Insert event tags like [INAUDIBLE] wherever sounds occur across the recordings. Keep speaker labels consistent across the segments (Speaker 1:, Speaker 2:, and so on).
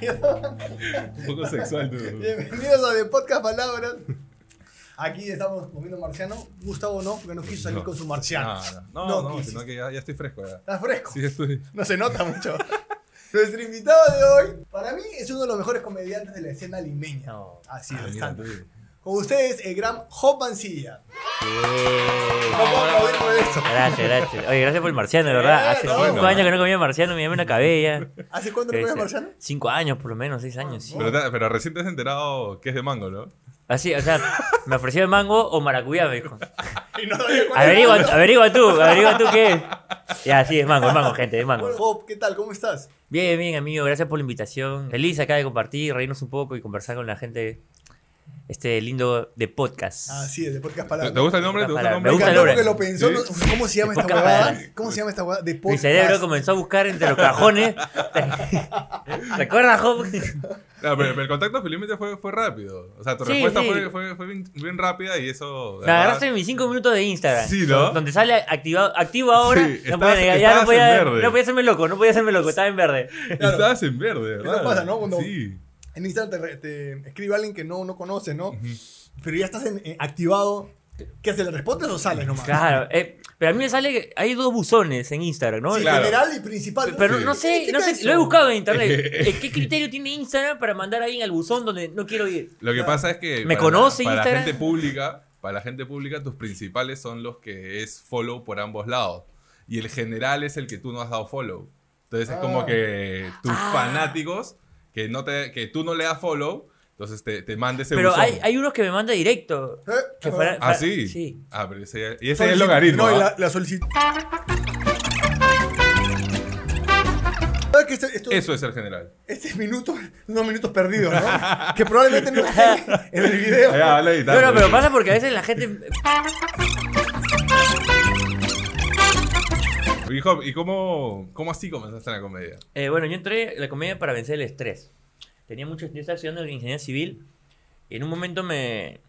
Speaker 1: Un
Speaker 2: [LAUGHS]
Speaker 1: poco sexual, dude.
Speaker 2: Bienvenidos a The Podcast Palabras. Aquí estamos comiendo marciano. Gustavo no, porque no quiso salir
Speaker 1: No.
Speaker 2: con su marciano.
Speaker 1: No, no, no, no,
Speaker 2: quisiste.
Speaker 1: sino que ya, ya estoy fresco. Ya.
Speaker 2: Está fresco.
Speaker 1: Sí, estoy.
Speaker 2: No se nota mucho. Nuestro invitado de hoy, para mí, es uno de los mejores comediantes de la escena limeña. Así
Speaker 1: Ah,
Speaker 2: es,
Speaker 1: mira,
Speaker 2: tanto.
Speaker 1: dude.
Speaker 2: Con ustedes, el gran Hop Mancilla.
Speaker 1: Eh.
Speaker 2: No
Speaker 3: Bien.
Speaker 2: puedo aplaudir por esto.
Speaker 3: Gracias, gracias. Oye, gracias por el marciano, de verdad. Hace
Speaker 2: Claro.
Speaker 3: cinco años que no comía marciano, me llamé una cabella.
Speaker 2: ¿Hace cuánto no comes marciano?
Speaker 3: Cinco años, por lo menos, seis años. Sí.
Speaker 1: Pero, te- pero recién te has enterado que es de mango, ¿no?
Speaker 3: Así, o sea, me ofreció el mango o maracuyá, me dijo.
Speaker 2: Y [LAUGHS] no sabía cuál era.
Speaker 3: Averigua, averigua tú, averigua tú qué es. Ya, sí, es mango, es mango, gente, es
Speaker 2: Bueno,
Speaker 3: mango.
Speaker 2: Hop, ¿qué tal? ¿Cómo estás?
Speaker 3: Bien, bien, amigo, gracias por la invitación. Feliz acá de compartir, reírnos un poco y conversar con la gente. Este lindo de podcast.
Speaker 2: Así es, Ah, de Podcast
Speaker 1: ¿Te,
Speaker 2: Palabras.
Speaker 1: te gusta el nombre? ¿Te gusta el
Speaker 3: Me
Speaker 1: nombre?
Speaker 2: Me
Speaker 3: gusta el
Speaker 2: encantó
Speaker 3: nombre.
Speaker 2: porque lo pensó.
Speaker 1: Sí.
Speaker 2: no- Uf, ¿Cómo se llama
Speaker 3: De
Speaker 2: esta
Speaker 3: Podcast
Speaker 2: huevada?
Speaker 3: Palabras.
Speaker 2: ¿Cómo se llama esta huevada? De
Speaker 3: Mi
Speaker 2: podcast.
Speaker 3: cerebro comenzó a buscar entre
Speaker 2: [LAUGHS]
Speaker 3: los cajones. ¿Te acuerdas, Job?
Speaker 1: No, Ah, pero, pero el contacto felizmente fue, fue rápido. O sea, tu
Speaker 3: Sí,
Speaker 1: respuesta
Speaker 3: sí.
Speaker 1: fue, fue, fue bien, bien rápida y eso. de
Speaker 3: Me
Speaker 1: verdad,
Speaker 3: agarraste en mis 5 minutos de Instagram.
Speaker 1: Sí, ¿no?
Speaker 3: Donde sale activado, activo ahora.
Speaker 1: Sí,
Speaker 3: no
Speaker 1: estabas-
Speaker 3: podía negar, ya
Speaker 1: estabas
Speaker 3: no podía,
Speaker 1: en verde.
Speaker 3: no podía hacerme loco, no podía hacerme loco, estaba en verde.
Speaker 2: Claro.
Speaker 1: Estabas en verde, ¿verdad?
Speaker 2: pasa, ¿no? Cuando-
Speaker 1: Sí.
Speaker 2: En Instagram te, re- te escribe alguien que no, no conoce, ¿no? Pero ya estás en- en- activado. ¿Qué haces? ¿Le respondes o sales nomás?
Speaker 3: Claro. eh, pero a mí me sale que hay dos buzones en Instagram, ¿no?
Speaker 2: Sí,
Speaker 1: claro.
Speaker 2: general y principal.
Speaker 3: Pero
Speaker 1: Sí.
Speaker 3: no sé,
Speaker 2: ¿Qué
Speaker 3: no sé,
Speaker 2: tal
Speaker 3: lo he
Speaker 2: eso?
Speaker 3: buscado
Speaker 1: [LAUGHS]
Speaker 3: en internet. Eh, ¿Qué criterio tiene Instagram para mandar a alguien al buzón donde no quiero ir?
Speaker 1: Lo que pasa es que.
Speaker 3: ¿Me
Speaker 1: para-
Speaker 3: conoce
Speaker 1: Para la
Speaker 3: Instagram?
Speaker 1: gente pública, para la gente pública, tus principales son los que es follow por ambos lados. Y el general es el que tú no has dado follow. Entonces
Speaker 2: Ah.
Speaker 1: es como que tus
Speaker 3: Ah.
Speaker 1: fanáticos que, no te, que tú no le das follow, entonces te, te manda ese
Speaker 3: Pero
Speaker 1: Este buzón.
Speaker 3: hay, hay unos que me manda directo.
Speaker 2: ¿Eh?
Speaker 3: Que fuera-
Speaker 1: Ah,
Speaker 3: fuera-
Speaker 1: sí.
Speaker 3: Sí.
Speaker 1: Ah, pero ese, y ese es el
Speaker 2: Solici-
Speaker 1: logaritmo.
Speaker 2: No, y
Speaker 1: ¿ah?
Speaker 2: la, la solicitud. ¿Sabes que este- esto-
Speaker 1: Eso es el general.
Speaker 2: Este minuto, unos minutos perdidos, ¿no? que probablemente no
Speaker 3: [LAUGHS]
Speaker 2: estén en el video.
Speaker 1: Ya, vale, y tal,
Speaker 3: No, no, pero
Speaker 1: porque-
Speaker 3: pasa porque a veces la gente.
Speaker 1: Hijo, ¿y cómo, cómo así comenzaste en la comedia?
Speaker 3: Eh, bueno, yo entré a la comedia para vencer el estrés. Tenía mucho estrés, estaba estudiando ingeniería civil y en un momento me,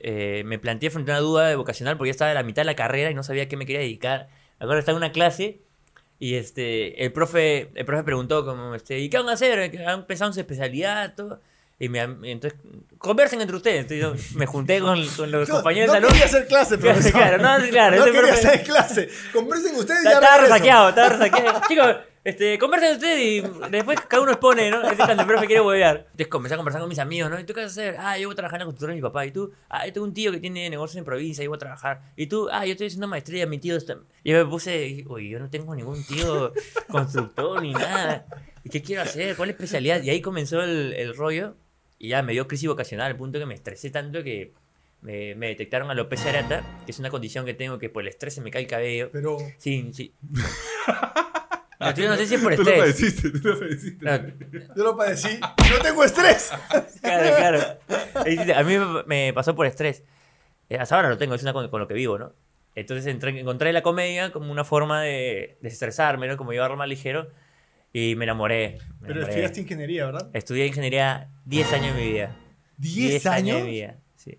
Speaker 3: eh, me planteé frente a una duda de vocacional porque ya estaba a la mitad de la carrera y no sabía a qué me quería dedicar. Me acuerdo que estaba en una clase y este, el, profe, el profe preguntó como, este, ¿y qué van a hacer? ¿Han pensado en su especialidad? Todo? Y me, entonces, conversen entre ustedes. Entonces, yo me junté con, con los
Speaker 2: [LAUGHS] No,
Speaker 3: compañeros de
Speaker 2: no
Speaker 3: salón.
Speaker 2: quería hacer clase, profesor.
Speaker 3: [LAUGHS] Claro, no, sí, claro,
Speaker 2: No
Speaker 3: ese
Speaker 2: quería
Speaker 3: profe-
Speaker 2: hacer clase. Conversen ustedes y ya
Speaker 3: estaba
Speaker 2: regreso.
Speaker 3: resaqueado, estaba resaqueado. [LAUGHS] Chicos, este, conversen ustedes y después cada uno expone, ¿no? Este Es cuando el profe quiere huevear. Entonces comencé a conversar con mis amigos, ¿no? ¿Y tú qué vas a hacer? Ah, yo voy a trabajar en la constructora de mi papá. ¿Y tú? Ah, yo tengo un tío que tiene negocios en provincia y voy a trabajar. ¿Y tú? Ah, yo estoy haciendo maestría, mi tío está... Y yo me puse, oye, yo no tengo ningún tío constructor ni nada. ¿Y qué quiero hacer? ¿Cuál es la especialidad? Y ahí comenzó el, el rollo y ya me dio crisis vocacional al punto que me estresé tanto que... Me, me detectaron alopecia areata, que es una condición que tengo que por el estrés se me cae el cabello.
Speaker 2: Pero
Speaker 3: Sí, sí.
Speaker 2: [LAUGHS]
Speaker 3: No, tú no sé si es por
Speaker 1: Tú lo
Speaker 3: estrés.
Speaker 1: padeciste, tú lo padeciste.
Speaker 3: Claro,
Speaker 2: yo lo padecí. No tengo estrés.
Speaker 3: claro, claro. Ahí sí, A mí me- me pasó por estrés. Eh, Hasta ahora lo tengo, es una con, con lo que vivo, ¿no? Entonces entré- encontré la comedia como una forma de desestresarme, ¿no? Como llevarlo más ligero. Y me enamoré. me
Speaker 2: Pero
Speaker 3: enamoré.
Speaker 2: estudiaste ingeniería, ¿verdad?
Speaker 3: Estudié ingeniería 10 años de mi vida.
Speaker 2: ¿Diez
Speaker 3: de mi
Speaker 2: años?
Speaker 3: vida, sí.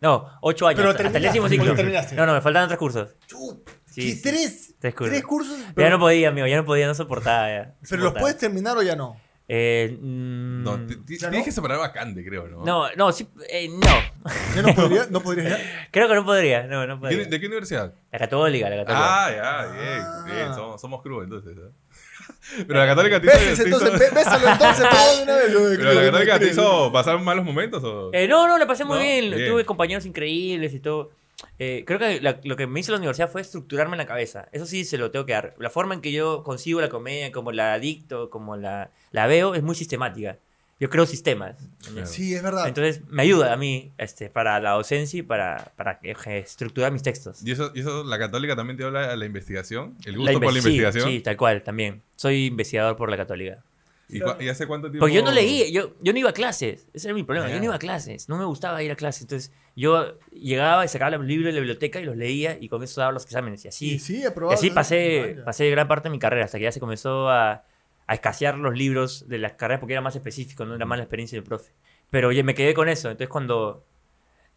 Speaker 3: No, 8 años.
Speaker 2: Pero
Speaker 3: hasta hasta el
Speaker 2: terminaste,
Speaker 3: décimo
Speaker 2: porque
Speaker 3: ciclo.
Speaker 2: terminaste.
Speaker 3: No, no, me faltaban tres cursos.
Speaker 2: Chut,
Speaker 3: Sí,
Speaker 2: ¿qué, tres,
Speaker 3: tres cursos.
Speaker 2: tres cursos.
Speaker 3: Ya
Speaker 2: Pero,
Speaker 3: no podía, amigo, ya no podía, no soportaba. ya, no
Speaker 2: pero los
Speaker 3: soportaba.
Speaker 2: puedes terminar o ya no.
Speaker 3: Eh, mm,
Speaker 1: No, ti- ti-
Speaker 2: Ya
Speaker 1: tienes
Speaker 2: no.
Speaker 1: que separar vacante, creo, ¿no?
Speaker 3: No, no, sí, eh, no.
Speaker 2: Ya no podría, no podrías
Speaker 1: [LAUGHS]
Speaker 2: ya.
Speaker 3: Creo que no podría, no, no
Speaker 1: ¿De qué-
Speaker 3: podría.
Speaker 1: ¿De qué universidad?
Speaker 3: La católica, la católica.
Speaker 1: Ah, ya, bien,
Speaker 2: Ah.
Speaker 1: bien, somos, somos crew entonces.
Speaker 2: [LAUGHS]
Speaker 1: ¿eh? Pero la católica te hizo,
Speaker 2: Béses,
Speaker 1: te hizo-
Speaker 2: entonces, bé- bésalo entonces todo de una vez. Yo,
Speaker 1: pero la
Speaker 2: yo,
Speaker 1: católica
Speaker 2: yo,
Speaker 1: te
Speaker 2: yo,
Speaker 1: hizo pasar malos momentos o
Speaker 3: Eh, no, no, la pasé muy
Speaker 1: No,
Speaker 3: bien.
Speaker 1: bien.
Speaker 3: Tuve compañeros increíbles y todo. Eh, creo que la- lo que me hizo la universidad fue estructurarme en la cabeza. Eso sí se lo tengo que dar. La forma en que yo consigo la comedia, como la adicto, como la, la veo, es muy sistemática. Yo creo sistemas.
Speaker 1: Claro.
Speaker 2: Sí, es
Speaker 1: Ah.
Speaker 2: verdad.
Speaker 3: Entonces me ayuda a mí este, para la docencia y para, para eh, estructurar mis textos.
Speaker 1: y eso y eso la católica también te habla de la investigación, el
Speaker 3: La
Speaker 1: gusto por la
Speaker 3: inve- sí,
Speaker 1: investigación.
Speaker 3: Sí, tal cual, también. Soy investigador por la católica.
Speaker 1: ¿Y, cua- y hace cuánto tiempo?
Speaker 3: Porque yo no leía, yo, yo no iba a clases. Ese era mi problema.
Speaker 1: Ah,
Speaker 3: Yo
Speaker 1: ya.
Speaker 3: no iba a clases. No me gustaba ir a clases. Entonces, yo llegaba y sacaba los libros de la biblioteca y los leía y con eso daba los exámenes. Y así,
Speaker 2: Y sí,
Speaker 3: y
Speaker 2: aprobado. Ah,
Speaker 3: así
Speaker 2: ¿no?
Speaker 3: pasé,
Speaker 2: Vaya.
Speaker 3: pasé gran parte de mi carrera hasta que ya se comenzó a, a escasear los libros de las carreras porque era más específico, no era más la experiencia del profe. Pero oye, me quedé con eso. Entonces, cuando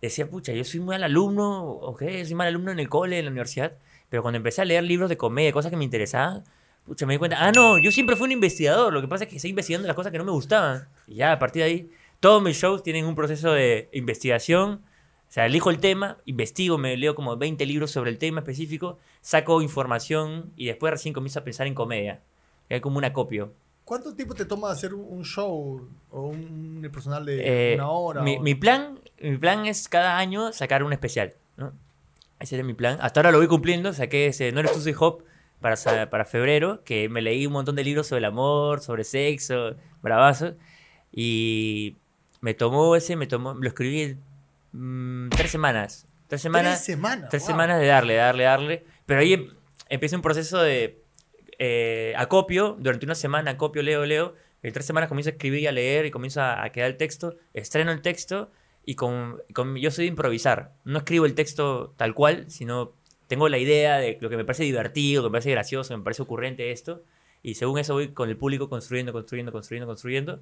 Speaker 3: decía, pucha, yo soy mal alumno, ok, soy mal alumno en el cole, en la universidad. Pero cuando empecé a leer libros de comedia, cosas que me interesaban, Pucha, me di cuenta. Ah, no, yo siempre fui un investigador. Lo que pasa es que seguí investigando las cosas que no me gustaban. Y ya, a partir de ahí, todos mis shows tienen un proceso de investigación. O sea, elijo el tema, investigo, me leo como 20 libros sobre el tema específico, saco información y después recién comienzo a pensar en comedia. Es como un acopio.
Speaker 2: ¿Cuánto tiempo te toma hacer un show o un personal de
Speaker 3: Eh,
Speaker 2: una hora?
Speaker 3: mi,
Speaker 2: o-
Speaker 3: mi plan, mi plan es cada año sacar un especial, ¿no? Ese era mi plan. Hasta ahora lo voy cumpliendo. Saqué ese No eres tú, soy Hop para, sa- para febrero, que me leí un montón de libros sobre el amor, sobre sexo, bravazos. Y me tomó ese, me tomó, lo escribí mm, tres semanas.
Speaker 2: Tres
Speaker 3: Tres semanas.
Speaker 2: semanas.
Speaker 3: Tres
Speaker 2: wow.
Speaker 3: semanas de darle, darle, darle. Pero ahí em- empieza un proceso de eh, acopio. Durante una semana acopio, leo, leo. En tres semanas comienzo a escribir y a leer y comienzo a, a crear el texto. Estreno el texto y con, con- yo soy de improvisar. No escribo el texto tal cual, sino tengo la idea de lo que me parece divertido, que me parece gracioso, que me parece ocurrente esto. Y según eso voy con el público construyendo, construyendo, construyendo, construyendo.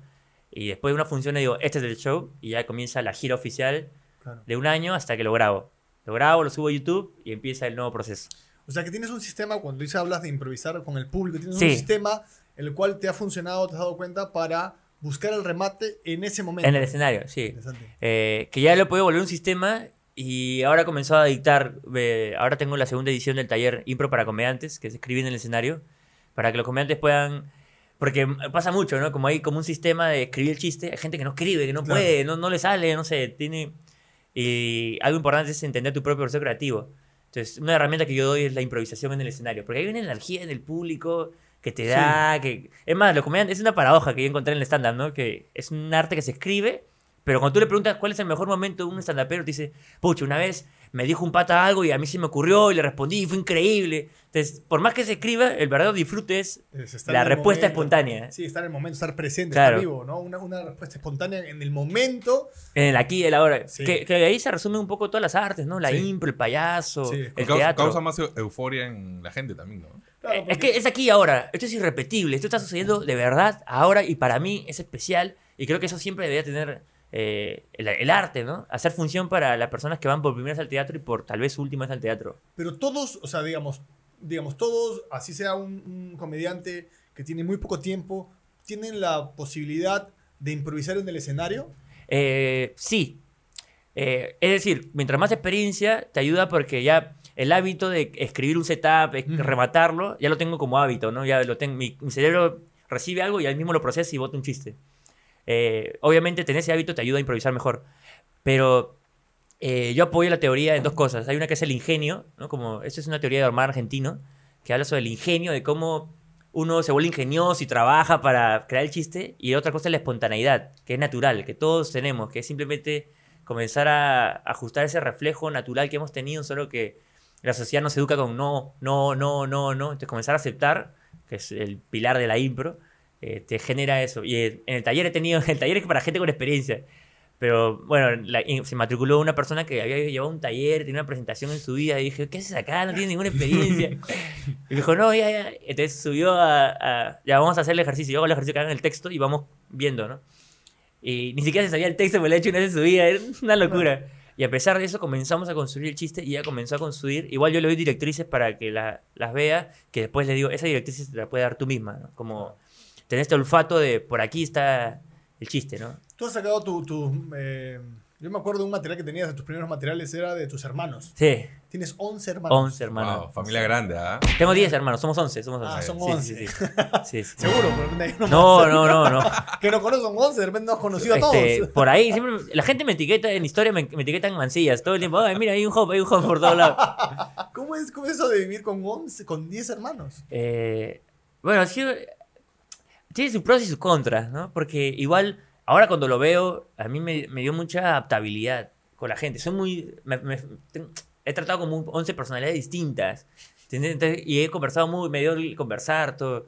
Speaker 3: Y después de una función le digo, este es el show. Y ya comienza la gira oficial
Speaker 2: Claro.
Speaker 3: de un año hasta que lo grabo. Lo grabo, lo subo a YouTube y empieza el nuevo proceso.
Speaker 2: O sea que tienes un sistema, cuando dices hablas de improvisar con el público, tienes un
Speaker 3: Sí.
Speaker 2: sistema en el cual te ha funcionado, te has dado cuenta para buscar el remate en ese momento.
Speaker 3: En el escenario, sí.
Speaker 2: Interesante.
Speaker 3: Eh, que ya lo puedo volver un sistema y ahora comenzó a dictar. eh, ahora tengo la segunda edición del taller Impro para Comediantes, que es escribir en el escenario, para que los comediantes puedan. Porque pasa mucho, ¿no? Como hay como un sistema de escribir el chiste, hay gente que no escribe, que no
Speaker 2: Claro.
Speaker 3: puede, no, no le sale, no sé, tiene. Y algo importante es entender tu propio proceso creativo. Entonces, una herramienta que yo doy es la improvisación en el escenario, porque hay una energía en el público que te da, que... Es más, los comediantes, es una paradoja que yo encontré en el stand-up, ¿no? Que es un arte que se escribe, pero cuando tú le preguntas cuál es el mejor momento, un stand-upero te dice, pucha, una vez me dijo un pata algo y a mí se me ocurrió y le respondí y fue increíble. Entonces, por más que se escriba, el verdadero disfrute es
Speaker 2: Es estar
Speaker 3: la
Speaker 2: en el
Speaker 3: respuesta
Speaker 2: momento.
Speaker 3: espontánea.
Speaker 2: Sí, estar en el momento, estar presente,
Speaker 3: Claro.
Speaker 2: estar vivo, ¿no? Una, una respuesta espontánea en el momento.
Speaker 3: En el aquí y el ahora.
Speaker 2: Sí.
Speaker 3: Que, que ahí se resumen un poco todas las artes, ¿no? La
Speaker 1: Sí.
Speaker 3: impro, el payaso,
Speaker 2: Sí,
Speaker 3: el
Speaker 1: causa,
Speaker 3: teatro.
Speaker 1: causa más eu- euforia en la gente también, ¿no?
Speaker 2: Claro,
Speaker 3: Eh, es
Speaker 2: porque-
Speaker 3: que es aquí y ahora. Esto es irrepetible. Esto está sucediendo de verdad ahora y para mí es especial. Y creo que eso siempre debería tener eh, el, el arte, ¿no? Hacer función para las personas que van por primera vez al teatro y por tal vez últimas al teatro.
Speaker 2: Pero todos, o sea, digamos, digamos, todos, así sea un, un comediante que tiene muy poco tiempo, tienen la posibilidad de improvisar en el escenario.
Speaker 3: Eh, sí. Eh, es decir, mientras más experiencia te ayuda porque ya el hábito de escribir un setup, es-
Speaker 2: Ujú.
Speaker 3: rematarlo, ya lo tengo como hábito, ¿no? Ya lo tengo, mi, mi cerebro recibe algo y él mismo lo procesa y bota un chiste. Eh, obviamente tener ese hábito te ayuda a improvisar mejor, pero eh, yo apoyo la teoría en dos cosas. Hay una que es el ingenio, ¿no? Como, esta es una teoría de Armada Argentino, que habla sobre el ingenio, de cómo uno se vuelve ingenioso y trabaja para crear el chiste, y otra cosa es la espontaneidad, que es natural, que todos tenemos, que es simplemente comenzar a ajustar ese reflejo natural que hemos tenido, solo que la sociedad nos educa con no, no, no, no, no. Entonces comenzar a aceptar, que es el pilar de la impro, eh, te genera eso. Y eh, en el taller he tenido, [LAUGHS] el taller es para gente con experiencia. Pero bueno, la- y se matriculó una persona que había llevado un taller, tenía una presentación en su vida, y dije, ¿qué haces acá? No tienes ninguna experiencia. y me dijo, no, ya, ya. Entonces subió a, a- ya vamos a hacer el ejercicio. Yo hago el ejercicio que hagan el texto y vamos viendo, ¿no? Y ni siquiera se sabía el texto, me lo he hecho una vez en su vida, era una locura. Y a pesar de eso comenzamos a construir el chiste y ella comenzó a construir. Igual yo le doy directrices para que la- las vea, que después le digo, esa directrices te la puede dar tú misma, ¿no? Como tener este olfato de por aquí está el chiste, ¿no?
Speaker 2: Tú has sacado tu... tu, eh, yo me acuerdo de un material que tenías, de tus primeros materiales, era de tus hermanos.
Speaker 3: Sí,
Speaker 2: Tienes 11 hermanos.
Speaker 3: 11 hermanos.
Speaker 1: Wow, familia grande, ¿ah?
Speaker 3: Tengo 10 hermanos, somos 11, somos
Speaker 2: Ah,
Speaker 3: 11.
Speaker 2: son
Speaker 3: Sí, sí, sí. Sí, sí.
Speaker 2: Seguro, porque hay uno
Speaker 3: No,
Speaker 2: más.
Speaker 3: no, no, no.
Speaker 2: Que no conozco son 11, de repente no has conocido a todos. [LAUGHS]
Speaker 3: Este, por ahí, siempre la gente me etiqueta en historia, me, me etiquetan mancillas todo el tiempo. Ay, mira, hay un hop, hay un hop por todos lados.
Speaker 2: ¿Cómo es, cómo es eso de vivir con 11, con 10 hermanos?
Speaker 3: Eh, bueno, ha sido- tiene sus pros y sus contras, ¿no? Porque igual, ahora cuando lo veo, a mí me, me dio mucha adaptabilidad con la gente. Soy muy... me- me- ten- he tratado como un- 11 personalidades distintas. ¿entiendes? Entonces, y he conversado muy... Me dio el conversar, todo.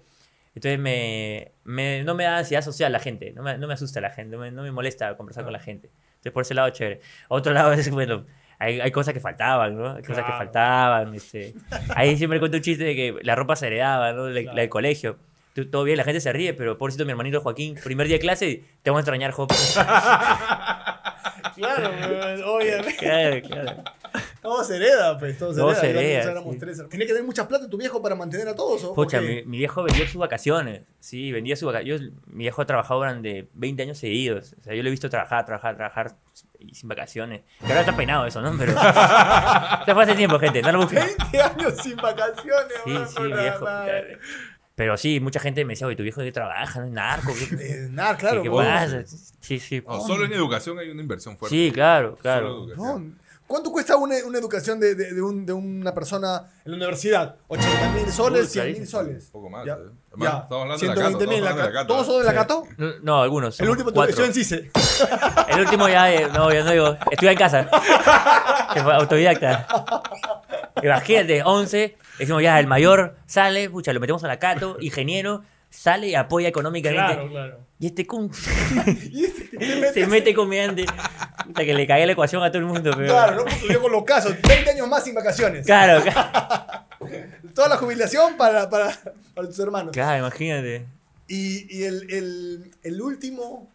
Speaker 3: Entonces me, me- no me da ansiedad social la gente, no me, no me asusta la gente, no me, no me molesta conversar con la gente. Entonces por ese lado chévere. Otro lado es, bueno, hay, hay cosas que faltaban, ¿no? Hay cosas que
Speaker 2: Claro.
Speaker 3: faltaban. este. Ahí siempre cuento un chiste de que la ropa se heredaba, ¿no? La, la del colegio. Tú- Todo bien, la gente se ríe, pero pobrecito mi hermanito Joaquín, primer día de clase, te voy a extrañar, Job.
Speaker 2: [LAUGHS] Claro, obviamente.
Speaker 3: claro, claro.
Speaker 2: Todo se hereda, pues. Todo se
Speaker 3: Todo
Speaker 2: hereda.
Speaker 3: se
Speaker 2: Yo también,
Speaker 3: hereda,
Speaker 2: o sea, éramos
Speaker 3: sí.
Speaker 2: tres hermanos. Tenía que tener mucha plata tu viejo para mantener a todos. ¿o?
Speaker 3: Pucha,
Speaker 2: ¿O qué?
Speaker 3: mi, mi viejo vendía sus vacaciones. Sí, vendía sus vacaciones. Mi viejo ha trabajado durante 20 años seguidos. O sea, yo lo he visto trabajar, trabajar, trabajar y sin vacaciones. Que ahora está peinado eso, ¿no?
Speaker 2: [LAUGHS]
Speaker 3: Pero. [LAUGHS] Eso fue hace tiempo, gente. No lo busquen.
Speaker 2: 20 años sin vacaciones,
Speaker 3: Sí,
Speaker 2: mano,
Speaker 3: sí,
Speaker 2: la
Speaker 3: viejo.
Speaker 2: madre.
Speaker 3: puta. Pero sí, mucha gente me decía, oye, tu viejo de qué trabaja, no es narco. ¿Qué,
Speaker 2: Eh, Nada, claro.
Speaker 3: qué
Speaker 2: pues.
Speaker 3: pasa? Sí, sí.
Speaker 1: No,
Speaker 2: Oh,
Speaker 1: solo en educación hay una inversión fuerte.
Speaker 3: Sí, claro,
Speaker 1: Solo
Speaker 3: claro.
Speaker 1: educación.
Speaker 2: No, ¿Cuánto cuesta una, una educación de, de- de un- de una persona en la universidad? 80 mil soles,
Speaker 3: Uy,
Speaker 2: 100 mil
Speaker 3: carísimo.
Speaker 2: soles.
Speaker 1: Un poco más.
Speaker 2: Ya.
Speaker 1: eh. Además,
Speaker 2: Ya.
Speaker 1: Estamos hablando de
Speaker 2: 120
Speaker 1: la
Speaker 2: mil.
Speaker 1: Cato. estamos hablando de la Cato,
Speaker 2: ¿Todos son de la
Speaker 1: ¿eh?
Speaker 2: Cato?
Speaker 3: No, no, algunos.
Speaker 2: El
Speaker 3: somos
Speaker 2: último
Speaker 3: cuatro.
Speaker 2: estudió en CICE.
Speaker 3: El último ya, eh, no, ya no digo, estuve
Speaker 2: [LAUGHS]
Speaker 3: en casa. Que fue autodidacta. Imagínate, 11, decimos ya, el mayor sale, pucha, lo metemos a la Cato, ingeniero, sale y apoya económicamente.
Speaker 2: claro.
Speaker 3: Y este cun
Speaker 2: [LAUGHS] Y este te
Speaker 3: [LAUGHS] se
Speaker 2: metes-
Speaker 3: mete comediante. Hasta que le cagué la ecuación a todo el mundo, pero.
Speaker 2: Claro, no porque yo con los casos. 20 años más sin vacaciones.
Speaker 3: Claro, ca-
Speaker 2: Toda la jubilación para, para, para tus hermanos.
Speaker 3: claro, imagínate.
Speaker 2: Y, y el, el, el último,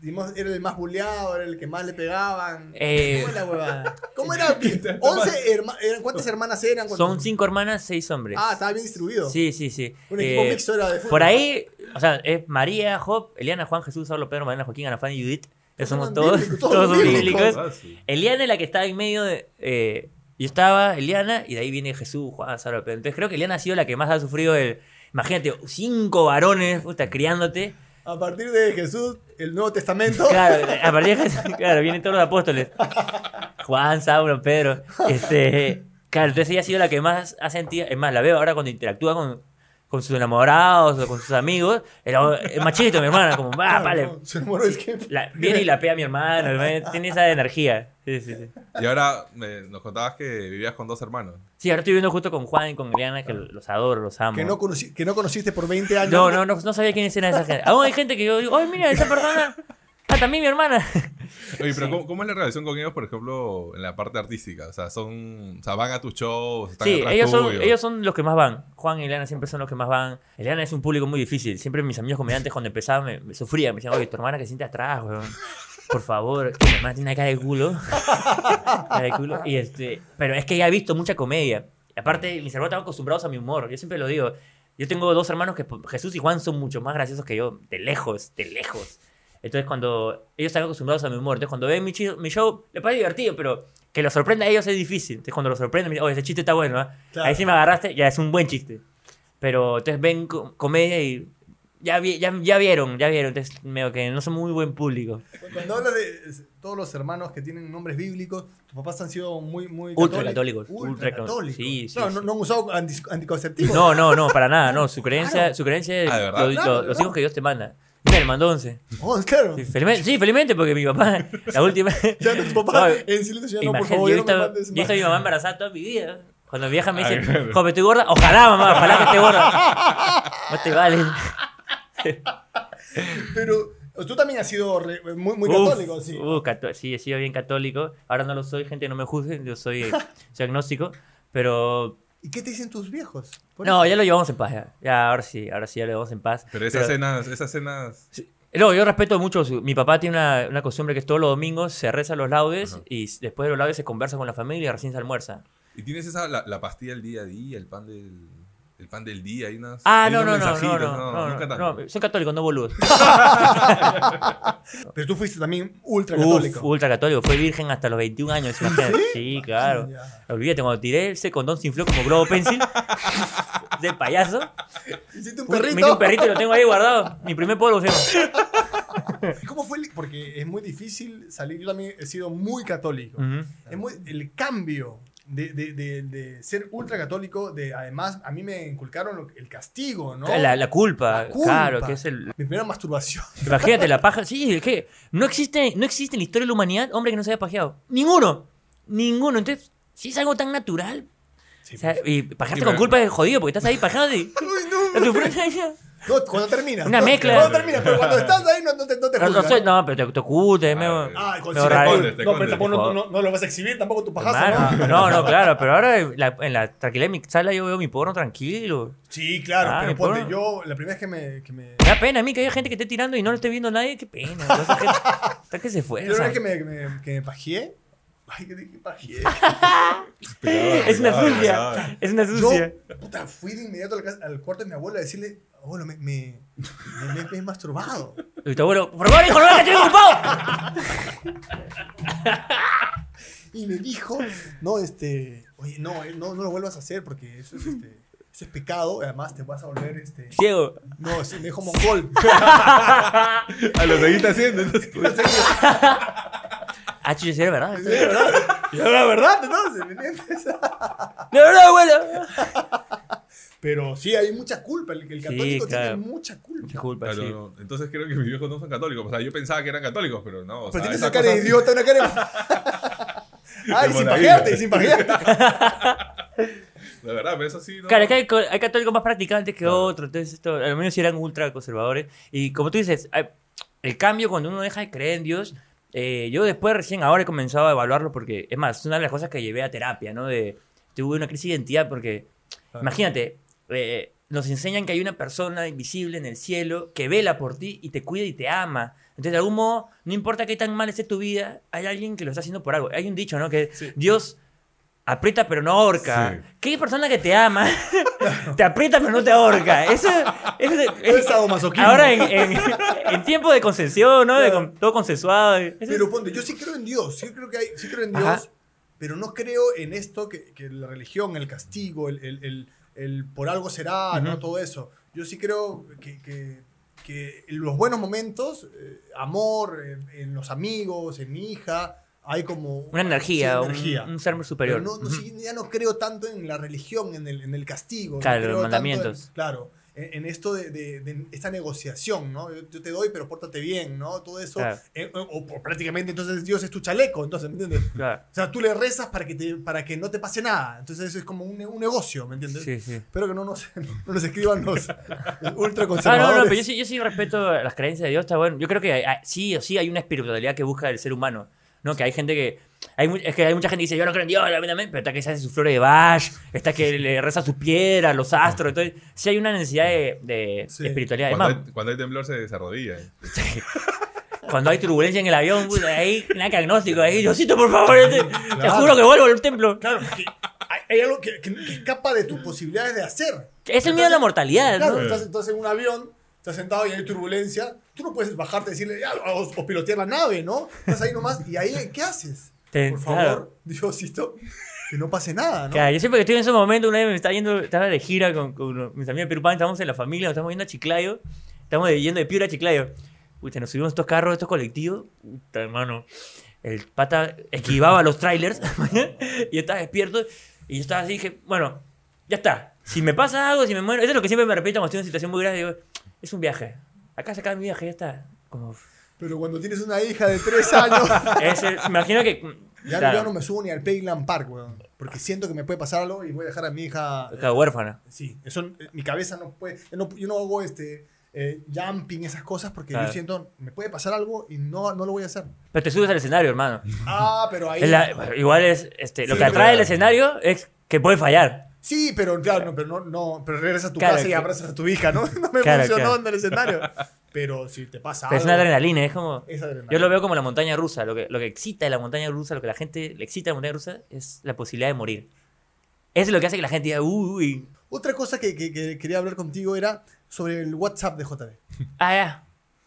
Speaker 2: digamos, era el más buleado, era el que más le pegaban.
Speaker 3: Eh,
Speaker 2: ¿Cómo era, la huevada? ¿Cómo era? ¿Once herma- eran- ¿Cuántas hermanas eran? ¿Cuántos-
Speaker 3: Son cinco hermanas, seis hombres.
Speaker 2: Ah, estaba bien distribuido.
Speaker 3: Sí, sí, sí.
Speaker 2: Un equipo
Speaker 3: Eh,
Speaker 2: mixto era de fútbol.
Speaker 3: Por ahí, o sea, es María, Job, Eliana, Juan, Jesús, Saulo, Pedro, Mariana, Joaquín, Ana, Fanny, Judith. Ya somos
Speaker 2: son
Speaker 3: todos,
Speaker 2: bíblicos, todos
Speaker 3: todos son
Speaker 2: bíblicos.
Speaker 3: bíblicos.
Speaker 1: Ah, sí.
Speaker 3: Eliana es la que estaba en medio de. eh, yo estaba, Eliana, y de ahí viene Jesús, Juan, Saulo, Pedro. Entonces creo que Eliana ha sido la que más ha sufrido el. Imagínate, cinco varones, puta, criándote.
Speaker 2: A partir de Jesús, el Nuevo Testamento.
Speaker 3: [LAUGHS] Claro, a partir de Jesús, claro, vienen todos los apóstoles. Juan, Saulo, Pedro. Este, claro, entonces ella ha sido la que más ha sentido. Es más, la veo ahora cuando interactúa con, con sus enamorados o con sus amigos. Era, es machito, mi hermana, como, va,
Speaker 2: Claro,
Speaker 3: Ah, vale.
Speaker 2: no, su hermano es que-
Speaker 3: La-
Speaker 2: [LAUGHS]
Speaker 3: viene y la pega a mi hermano, ¿no? tiene esa energía. Sí, sí, sí.
Speaker 1: Y ahora me- nos contabas que vivías con dos hermanos.
Speaker 3: Sí, ahora estoy viviendo justo con Juan y con Eliana, que los adoro, los amo.
Speaker 2: Que no, conocí- que no conociste por 20 años.
Speaker 3: No, no, no, no sabía quiénes eran esa gente. Aún hay gente que yo digo, ¡ay, mira, esa persona! Ah, también mi hermana.
Speaker 1: [LAUGHS] Oye, pero ¿cómo, cómo es la relación con ellos, por ejemplo, en la parte artística? O sea, son, o sea van a tus shows, están
Speaker 3: Sí,
Speaker 1: atrás
Speaker 3: ellos son,
Speaker 1: tuyo.
Speaker 3: ellos son los que más van. Juan y Eliana siempre son los que más van. Eliana es un público muy difícil. Siempre mis amigos comediantes cuando empezaba me, me sufrían. Me decían, oye, tu hermana que siente atrás, weón. Por favor, que mi hermana tiene una cara de culo. [LAUGHS] cara de culo. Y este, pero es que ya he visto mucha comedia. Y aparte, mis hermanos están acostumbrados a mi humor. Yo siempre lo digo. Yo tengo dos hermanos que pues, Jesús y Juan son mucho más graciosos que yo. De lejos, de lejos. Entonces, cuando ellos están acostumbrados a mi humor, entonces cuando ven mi, chi- mi show, les parece divertido, pero que los sorprenda a ellos es difícil. Entonces, cuando los sorprenden, me dicen, oye, ese chiste está bueno, ¿ah?
Speaker 2: Claro.
Speaker 3: Ahí sí me agarraste, ya es un buen chiste. Pero entonces ven co- comedia y ya, vi- ya, ya vieron, ya vieron. Entonces, medio que no son muy buen público.
Speaker 2: Cuando hablas de es- todos los hermanos que tienen nombres bíblicos, tus papás han sido muy, muy
Speaker 3: Ultra
Speaker 2: católicos.
Speaker 3: católicos, ultra ca-
Speaker 2: católicos.
Speaker 3: sí, sí,
Speaker 2: Claro, no,
Speaker 3: sí.
Speaker 2: no han usado anti- anticonceptivos.
Speaker 3: No, no, no, para nada, no. Su creencia,
Speaker 2: Claro.
Speaker 3: su creencia es
Speaker 1: Ah, ¿de verdad?
Speaker 3: lo- lo-
Speaker 2: Claro,
Speaker 3: los
Speaker 2: claro.
Speaker 3: hijos que Dios te manda. Mira, le mandó 11.
Speaker 2: [LAUGHS] Oh, claro.
Speaker 3: Sí, felizmente, sí, felizmente, porque mi papá, la última.
Speaker 2: Ya no, tu papá
Speaker 3: [LAUGHS] No,
Speaker 2: en silencio ya no, por
Speaker 3: Imagínate,
Speaker 2: favor, ya
Speaker 3: yo he
Speaker 2: no me
Speaker 3: visto-
Speaker 2: mandes
Speaker 3: yo he visto a
Speaker 2: más.
Speaker 3: mi mamá embarazada toda mi vida. Cuando mi vieja
Speaker 1: [LAUGHS]
Speaker 3: me
Speaker 1: Ay,
Speaker 3: dice,
Speaker 1: claro.
Speaker 3: joven, estoy gorda. Ojalá, mamá, ojalá que esté gorda.
Speaker 2: [LAUGHS]
Speaker 3: No te vale.
Speaker 2: Pero tú también has sido re- muy, muy
Speaker 3: Uf,
Speaker 2: católico, sí.
Speaker 3: uh, cató- sí, he sido bien católico. Ahora no lo soy, gente, no me juzguen. Yo soy,
Speaker 2: [LAUGHS]
Speaker 3: soy agnóstico. Pero.
Speaker 2: ¿Y qué te dicen tus viejos? Por
Speaker 3: No,
Speaker 2: eso.
Speaker 3: ya lo llevamos en paz. Ya. Ya, ahora sí, ahora sí ya lo llevamos en paz.
Speaker 1: Pero esas cenas, esas cenas...
Speaker 3: No, yo respeto mucho. su- Mi papá tiene una, una costumbre que es todos los domingos se reza los laudes y s- después de los laudes se conversa con la familia y recién se almuerza.
Speaker 1: ¿Y tienes esa, la, la pastilla del día a día, el pan del, el pan del día? Hay unas,
Speaker 3: Ah,
Speaker 1: hay
Speaker 3: no, no,
Speaker 1: unos
Speaker 3: no, no,
Speaker 1: mensajitos,
Speaker 3: no, no,
Speaker 1: nunca
Speaker 3: no,
Speaker 1: tanto.
Speaker 3: no, Soy católico, no boludo.
Speaker 2: Pero tú fuiste también ultra católico.
Speaker 3: Uf, ultra católico. Fue virgen hasta los 21 años, imagínate. Sí, claro.
Speaker 2: Ya.
Speaker 3: Olvídate, cuando tiré ese condón se infló como globo
Speaker 2: [LAUGHS]
Speaker 3: pencil de payaso.
Speaker 2: Hiciste un
Speaker 3: Me
Speaker 2: perrito.
Speaker 3: hice un perrito y lo tengo ahí guardado. Mi primer polvo se llama.
Speaker 2: ¿Y [LAUGHS] ¿Cómo fue? el- Porque es muy difícil salir. Yo también he sido muy católico.
Speaker 3: Ujú.
Speaker 2: Es muy, el cambio de, de, de, de ser ultra católico, de, además, a mí me inculcaron lo- el castigo, ¿no?
Speaker 3: La, la culpa,
Speaker 2: La culpa.
Speaker 3: claro, que es el...
Speaker 2: Mi primera
Speaker 3: [LAUGHS]
Speaker 2: masturbación.
Speaker 3: Imagínate, la paja... Sí, es que no existe, no existe en la historia de la humanidad hombre que no se haya pajeado. Ninguno. Ninguno. Entonces, si es algo tan natural...
Speaker 2: Sí,
Speaker 3: o sea, y pajearte
Speaker 1: Sí,
Speaker 3: con
Speaker 1: pero-
Speaker 3: culpa es jodido porque estás ahí pajado
Speaker 2: [LAUGHS]
Speaker 3: y... [LAUGHS]
Speaker 2: Uy, no,
Speaker 3: la sufrencia-
Speaker 2: No, cuando termina.
Speaker 3: Una
Speaker 2: No,
Speaker 3: mezcla.
Speaker 2: Cuando termina, pero cuando estás ahí no, no te, no te
Speaker 3: No, no
Speaker 2: juzgan.
Speaker 3: soy- no, pero te, te ocurre, medio-
Speaker 2: Ah, con
Speaker 3: medio
Speaker 2: si te
Speaker 3: raro.
Speaker 2: pones,
Speaker 1: te
Speaker 2: No, pero
Speaker 1: condes.
Speaker 2: tampoco no, no, no lo vas a exhibir tampoco tu pajazo,
Speaker 3: Hermano,
Speaker 2: ¿no?
Speaker 3: no, no, claro, pero ahora en la, en la tranquilidad de mi sala yo veo mi porno tranquilo.
Speaker 2: Sí, claro,
Speaker 3: Ah,
Speaker 2: pero
Speaker 3: mi
Speaker 2: ponte,
Speaker 3: porno.
Speaker 2: yo la primera vez que me... Que me
Speaker 3: Me da pena a mí que haya gente que esté tirando y no lo esté viendo nadie, qué pena. Entonces, gente- Está que se
Speaker 2: yo la primera
Speaker 3: esfuerza.
Speaker 2: vez que me, que me, que me pajeé, Ay, qué, qué pajero.
Speaker 3: [LAUGHS] Es una
Speaker 4: Claro,
Speaker 3: sucia.
Speaker 4: claro.
Speaker 3: Es una
Speaker 2: Yo,
Speaker 3: sucia.
Speaker 2: puta, fui de inmediato a la casa- al, cuarto de mi abuela a decirle, abuelo, me, me, me- me- me he masturbado.
Speaker 3: Y tu abuelo, por favor, hijo, no me estoy ocupado.
Speaker 2: Y me dijo, no, este, oye, no, eh, no, no lo vuelvas a hacer porque eso es, este, eso es pecado, además te vas a volver, este,
Speaker 3: Ciego.
Speaker 2: no, es- me dijo mongol. [LAUGHS]
Speaker 1: A Ah, lo seguiste haciendo.
Speaker 3: [LAUGHS]
Speaker 1: Entonces,
Speaker 3: Ah, chucho, sí, es verdad.
Speaker 2: Y era verdad, y era la verdad, entonces, ¿me entiendes?
Speaker 3: De verdad, abuelo.
Speaker 2: Pero sí, hay mucha culpa, el, el
Speaker 3: Sí,
Speaker 2: católico
Speaker 3: claro.
Speaker 2: tiene mucha culpa.
Speaker 3: Disculpa,
Speaker 1: Claro,
Speaker 3: sí.
Speaker 1: no. Entonces creo que mis viejos no son católicos. O sea, yo pensaba que eran católicos, pero no. O
Speaker 2: Pero
Speaker 1: sea,
Speaker 2: tienes
Speaker 1: esa
Speaker 2: una cara de
Speaker 1: cosa-
Speaker 2: idiota, una cara [LAUGHS] de... Ay, sin
Speaker 1: maravilla.
Speaker 2: pajearte, sin [LAUGHS] pajearte.
Speaker 1: La verdad, pero eso sí. No,
Speaker 3: Claro, es que hay, co- hay católicos más practicantes que
Speaker 1: Claro.
Speaker 3: otros, entonces esto, al menos si eran ultra conservadores. Y como tú dices, hay- el cambio cuando uno deja de creer en Dios, eh, yo después recién ahora he comenzado a evaluarlo porque, es más, es una de las cosas que llevé a terapia, ¿no? De, tuve una crisis de identidad porque, imagínate, eh, nos enseñan que hay una persona invisible en el cielo que vela por ti y te cuida y te ama. Entonces, de algún modo, no importa qué tan mal esté tu vida, hay alguien que lo está haciendo por algo. Hay un dicho, ¿no? Que
Speaker 2: Sí.
Speaker 3: Dios aprieta pero no ahorca.
Speaker 1: Sí.
Speaker 3: ¿Qué persona que te ama te aprieta pero no te ahorca? Eso, eso-
Speaker 2: Es
Speaker 3: es-
Speaker 2: sadomasoquismo.
Speaker 3: ahora en, en- en tiempo de concesión, ¿no? De
Speaker 2: Claro.
Speaker 3: con- todo consensuado. Eso es-
Speaker 2: Pero ponte, yo sí creo en Dios, sí creo que hay, sí creo en Dios,
Speaker 3: Ajá.
Speaker 2: pero no creo en esto que, que la religión, el castigo, el, el- el- el por algo será, ¿no?
Speaker 3: Ujú.
Speaker 2: Todo eso. Yo sí creo que, que- que en los buenos momentos, eh, amor, en, en los amigos, en mi hija, hay como...
Speaker 3: una energía,
Speaker 2: sí,
Speaker 3: un-
Speaker 2: energía.
Speaker 3: Un, ser
Speaker 2: Pero
Speaker 3: superior.
Speaker 2: no, no,
Speaker 3: Ujú.
Speaker 2: sí, ya no creo tanto en la religión, en el, en el castigo. no
Speaker 3: Claro, los
Speaker 2: creo tanto en-
Speaker 3: mandamientos.
Speaker 2: claro, en, en esto de, de- de esta negociación, ¿no? Yo, yo te doy, pero pórtate bien, ¿no? Todo eso.
Speaker 3: Claro.
Speaker 2: eh, o, o prácticamente entonces Dios es tu chaleco, entonces, ¿me entiendes?
Speaker 3: Claro.
Speaker 2: O sea, tú le rezas para que, te, para que no te pase nada. Entonces eso es como un, ne- un negocio, ¿me entiendes?
Speaker 3: Sí, sí.
Speaker 2: Espero que no nos, [LAUGHS] no nos escriban
Speaker 3: [LAUGHS]
Speaker 2: los
Speaker 3: Ah,
Speaker 2: ultraconservadores.
Speaker 3: no, no, pero yo sí, yo sí respeto las creencias de Dios, está bueno. Yo creo que hay- hay- sí o sí hay una espiritualidad que busca el ser humano, ¿no? Que hay gente que... Hay, mu- es que hay mucha gente que dice, yo no creo en Dios, la verdad, pero está que se hace sus flores de Bach, está que le reza sus piedras, los astros, entonces sí hay una necesidad de, de
Speaker 2: Sí.
Speaker 3: espiritualidad.
Speaker 1: Cuando
Speaker 3: Además,
Speaker 1: hay, cuando hay temblor se desarrodilla.
Speaker 3: cuando hay turbulencia en el avión, puta, ahí, nada que agnóstico, ahí, Diosito, por favor, te, te juro que vuelvo al templo.
Speaker 2: Claro, que hay, hay algo que, que- que escapa de tus posibilidades de hacer.
Speaker 3: Es el miedo a la mortalidad,
Speaker 2: Claro,
Speaker 3: ¿no?
Speaker 2: estás, estás en un avión, estás sentado y hay turbulencia. Tú no puedes bajarte y decirle, "Ya, o, o pilotear la nave, ¿no? Estás ahí nomás y ahí, ¿qué haces?
Speaker 3: Te-
Speaker 2: Por
Speaker 3: claro.
Speaker 2: favor, Diosito, que no pase nada, ¿no?
Speaker 3: Claro, yo siempre que estoy en ese momento, una vez me estaba yendo, estaba de gira con, con uno- mis amigos peruanos, estábamos en la familia, nos estamos yendo a Chiclayo, estamos de- yendo de Piura a Chiclayo. Puta, nos subimos a estos carros, a estos colectivos, puta hermano, el pata esquivaba los trailers, [LAUGHS] y yo estaba despierto, y yo estaba así, dije, bueno, ya está, si me pasa algo, si me muero, eso es lo que siempre me repito cuando estoy en una situación muy grave, digo, es un viaje, acá se acaba mi viaje, ya está, como,
Speaker 2: Pero cuando tienes una hija de tres
Speaker 3: [LAUGHS]
Speaker 2: años,
Speaker 3: es el- me imagino que...
Speaker 2: ya,
Speaker 3: claro,
Speaker 2: yo no me subo ni al Payland Park, weón. Porque siento que me puede pasar algo y voy a dejar a mi hija.
Speaker 3: acá huérfana.
Speaker 2: Sí, eso, eh, mi cabeza no puede. Yo no, yo no hago este. eh, jumping, esas cosas, porque
Speaker 3: Claro.
Speaker 2: yo siento, me puede pasar algo y no, no lo voy a hacer.
Speaker 3: Pero te subes al escenario, hermano.
Speaker 2: Ah, pero ahí.
Speaker 3: Es la- igual es este, lo
Speaker 2: Sí,
Speaker 3: que atrae
Speaker 2: claro.
Speaker 3: el escenario es que puede fallar.
Speaker 2: Sí, pero claro, no, pero no, no, pero regresas a tu
Speaker 3: Claro,
Speaker 2: casa y
Speaker 3: que-
Speaker 2: abrazas a tu hija, ¿no? [LAUGHS] No me
Speaker 3: Claro,
Speaker 2: funcionó
Speaker 3: claro.
Speaker 2: en el escenario.
Speaker 3: [LAUGHS]
Speaker 2: Pero si te pasa
Speaker 3: Pero es una
Speaker 2: algo,
Speaker 3: adrenalina, es como.
Speaker 2: es adrenalina.
Speaker 3: Yo lo veo como la montaña rusa. Lo que, lo que excita de la montaña rusa, lo que la gente le excita de la montaña rusa es la posibilidad de morir. Eso es lo que hace que la gente diga, uy,
Speaker 2: Otra cosa que, que- que quería hablar contigo era sobre el WhatsApp de JB.
Speaker 3: ah, ya.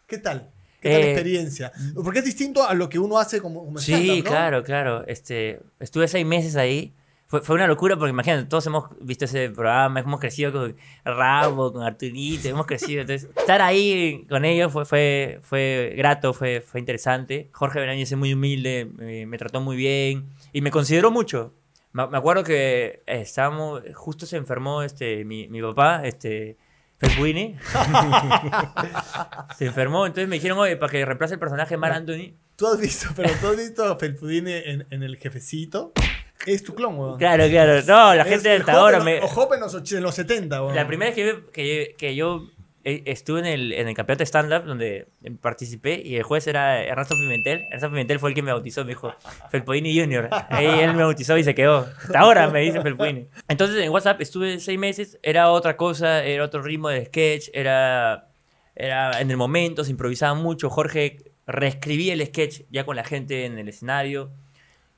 Speaker 2: ¿Qué tal? ¿Qué tal la
Speaker 3: Eh,
Speaker 2: experiencia? Porque es distinto a lo que uno hace como, como
Speaker 3: Sí,
Speaker 2: stand-up, ¿no?
Speaker 3: claro, claro. Este, estuve seis meses ahí. Fue, fue una locura porque imagínate, todos hemos visto ese programa, hemos crecido con Rabo, con Arturito, hemos crecido. Entonces, estar ahí con ellos fue, fue, fue grato, fue, fue interesante. Jorge Benañez es muy humilde, me, me trató muy bien y me consideró mucho. Me, me acuerdo que estábamos, justo se enfermó este, mi, mi papá, este,
Speaker 2: [LAUGHS]
Speaker 3: Felpuini. se enfermó, entonces me dijeron, oye, para que reemplace el personaje de Mar Anthony.
Speaker 2: Tú has visto, pero tú has visto a Felpudine en, en el jefecito. Es tu clon, weón.
Speaker 3: Claro, claro. No, la gente de
Speaker 2: Es el
Speaker 3: hasta
Speaker 2: Job
Speaker 3: ahora
Speaker 2: en
Speaker 3: me.
Speaker 2: los- o Job en los, och- en los 70, weón.
Speaker 3: La primera vez que yo, que, que yo eh, estuve en el, en el campeonato de stand-up donde participé y el juez era Ernesto Pimentel. Ernesto Pimentel fue el que me bautizó, me dijo Felpoini Junior. Ahí él me bautizó y se quedó. Hasta ahora me dice Felpoini. Entonces en WhatsApp estuve seis meses, era otra cosa, era otro ritmo de sketch, era, era en el momento, se improvisaba mucho. Jorge reescribía el sketch ya con la gente en el escenario.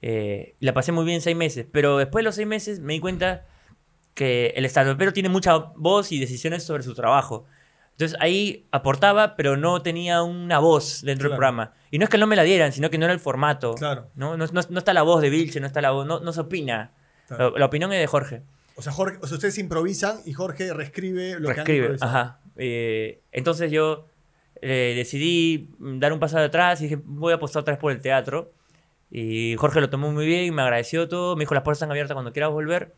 Speaker 3: Eh, la pasé muy bien seis meses, pero después de los seis meses me di cuenta que el pero tiene mucha voz y decisiones sobre su trabajo. Entonces ahí aportaba, pero no tenía una voz dentro
Speaker 2: Claro.
Speaker 3: del programa. Y no es que no me la dieran, sino que no era el formato.
Speaker 2: Claro.
Speaker 3: No, no, no- no está la voz de Vilche, no está la voz, no, no se opina.
Speaker 2: Claro.
Speaker 3: La, la opinión es de Jorge.
Speaker 2: O sea, Jorge, o sea, ustedes improvisan y Jorge reescribe lo que han [LAUGHS]
Speaker 3: reescribe.
Speaker 2: improvisado.
Speaker 3: Ajá. Eh, entonces yo eh, decidí dar un paso atrás y dije, voy a apostar otra vez por el teatro. Y Jorge lo tomó muy bien, me agradeció todo, me dijo, las puertas están abiertas cuando quieras volver.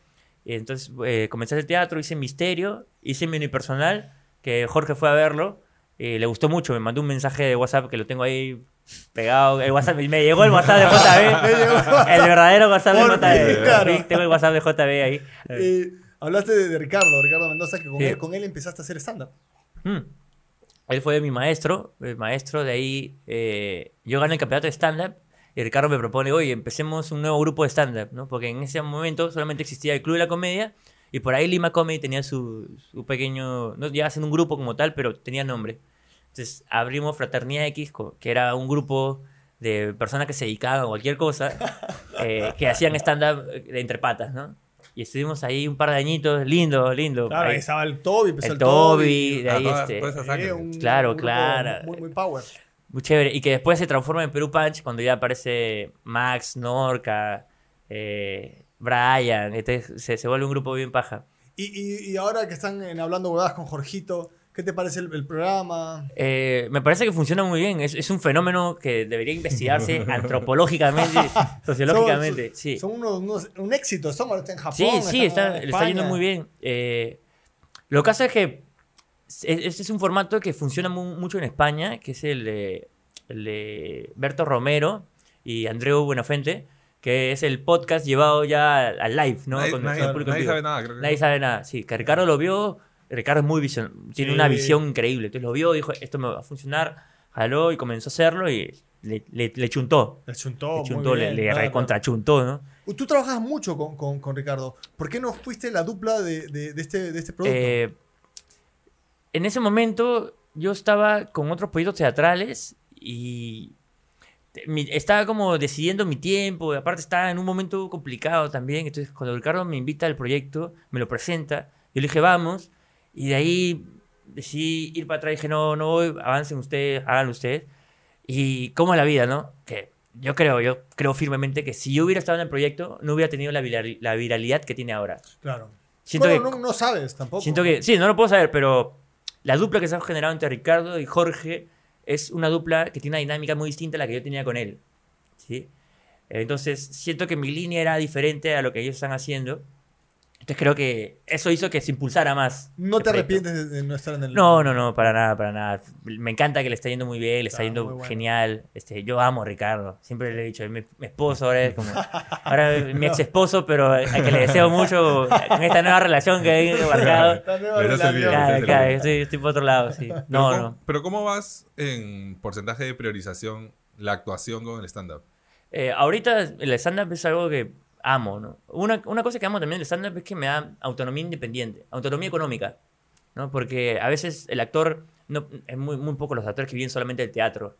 Speaker 3: Y entonces eh, comencé el teatro, hice Misterio, hice mi unipersonal, que Jorge fue a verlo. eh, le gustó mucho, me mandó un mensaje de WhatsApp que lo tengo ahí pegado. El WhatsApp, me llegó el WhatsApp de
Speaker 2: [LAUGHS]
Speaker 3: JB. el verdadero WhatsApp de
Speaker 2: Por
Speaker 3: JB.
Speaker 2: fin, claro.
Speaker 3: Sí, tengo el WhatsApp de JB ahí.
Speaker 2: [LAUGHS] Eh, hablaste de, de Ricardo, Ricardo Mendoza, que con,
Speaker 3: Sí.
Speaker 2: él, con él empezaste a hacer stand-up.
Speaker 3: Mm. Él fue mi maestro, el maestro de ahí. eh, yo gané el campeonato de stand-up y Ricardo me propone, oye, empecemos un nuevo grupo de stand-up, ¿no? Porque en ese momento solamente existía el Club de la Comedia y por ahí Lima Comedy tenía su, su pequeño, no llegaba a ser un grupo como tal, pero tenía nombre. Entonces abrimos Fraternidad X, co- que era un grupo de personas que se dedicaban a cualquier cosa, eh, que hacían stand-up de entre patas, ¿no? Y estuvimos ahí un par de añitos, lindo, lindo.
Speaker 2: Claro,
Speaker 3: ahí.
Speaker 2: ahí estaba el Toby, empezó
Speaker 3: el
Speaker 2: el,
Speaker 3: Toby, de ahí
Speaker 1: Ah,
Speaker 3: este,
Speaker 1: todas esas
Speaker 2: Eh,
Speaker 1: sangres.
Speaker 2: un-
Speaker 3: Claro,
Speaker 2: un grupo
Speaker 3: claro.
Speaker 2: Muy, muy power.
Speaker 3: Muy chévere. Y que después se transforma en Perú Punch cuando ya aparece Max, Norca, eh, Brian. Entonces se, se vuelve un grupo bien paja.
Speaker 2: Y, y- y ahora que están en hablando huevadas con Jorgito, ¿qué te parece el, el programa?
Speaker 3: Eh, me parece que funciona muy bien. Es, es un fenómeno que debería investigarse antropológicamente, sociológicamente.
Speaker 2: Son,
Speaker 3: sí.
Speaker 2: son unos, unos- un éxito. Son, ahora está en Japón.
Speaker 3: Sí, sí,
Speaker 2: están
Speaker 3: está,
Speaker 2: en
Speaker 3: le está yendo
Speaker 2: España.
Speaker 3: muy bien. Eh, lo que pasa es que es- este es un formato que funciona mu- mucho en España, que es el de, el de Berto Romero y Andreu Buenafente, que es el podcast llevado ya al al live, ¿no?
Speaker 1: nadie,
Speaker 3: Con
Speaker 1: nadie-
Speaker 3: el público en
Speaker 1: nadie
Speaker 3: vivo.
Speaker 1: sabe nada, creo que.
Speaker 3: Nadie sabe nada. Sí, que Ricardo lo vio. Ricardo es muy visión, tiene
Speaker 2: Sí.
Speaker 3: una visión increíble. Entonces lo vio, dijo, esto me va a funcionar, jaló y comenzó a hacerlo y le, le- le chuntó.
Speaker 2: Le chuntó,
Speaker 1: Oh,
Speaker 3: Le
Speaker 2: muy
Speaker 3: chuntó, le,
Speaker 2: bien,
Speaker 3: le
Speaker 2: claro, claro.
Speaker 3: recontrachuntó, ¿no?
Speaker 2: Uy, Tú trabajas mucho con, con- con Ricardo. ¿Por qué no fuiste la dupla de, de- de este, de este producto?
Speaker 3: Eh, en ese momento yo estaba con otros proyectos teatrales y te- mi- estaba como decidiendo mi tiempo, y aparte estaba en un momento complicado también, entonces cuando Ricardo me invita al proyecto, me lo presenta, yo le dije vamos, y de ahí decidí ir para atrás, dije no, no voy, avancen ustedes, háganlo ustedes, y cómo es la vida, ¿no? Que yo creo, yo creo firmemente que si yo hubiera estado en el proyecto, no hubiera tenido la, viral- la viralidad que tiene ahora.
Speaker 2: claro.
Speaker 3: Siento
Speaker 2: bueno,
Speaker 3: que
Speaker 2: no, no sabes tampoco.
Speaker 3: Siento que, sí, no lo puedo saber, pero la dupla que se ha generado entre Ricardo y Jorge es una dupla que tiene una dinámica muy distinta a la que yo tenía con él. ¿sí? Entonces, siento que mi línea era diferente a lo que ellos están haciendo. Entonces, creo que eso hizo que se impulsara más.
Speaker 2: No
Speaker 3: el
Speaker 2: te
Speaker 3: proyecto.
Speaker 2: arrepientes de, de no estar en el.
Speaker 3: No, no, no, para nada, para nada. Me encanta que le está yendo muy bien, le está
Speaker 2: Está
Speaker 3: yendo
Speaker 2: Ah, muy bueno.
Speaker 3: genial. Este, yo amo a Ricardo, siempre le he dicho, es mi, mi esposo ahora
Speaker 2: [LAUGHS]
Speaker 3: es como, ahora es mi ex esposo, pero al que le deseo mucho en esta nueva relación que he embarcado.
Speaker 2: La nueva
Speaker 1: Le das el
Speaker 2: relación.
Speaker 1: video.
Speaker 3: Claro,
Speaker 1: Sí,
Speaker 3: claro,
Speaker 1: sí.
Speaker 3: estoy, estoy por otro lado, sí.
Speaker 1: Pero
Speaker 3: No,
Speaker 1: ¿cómo-
Speaker 3: no.
Speaker 1: Pero ¿cómo vas en porcentaje de priorización la actuación con el stand-up?
Speaker 3: Eh, ahorita el stand-up es algo que amo, ¿no? Una, una cosa que amo también del stand-up es que me da autonomía independiente, autonomía económica, ¿no? Porque a veces el actor, no, es muy, muy poco los actores que viven solamente del teatro.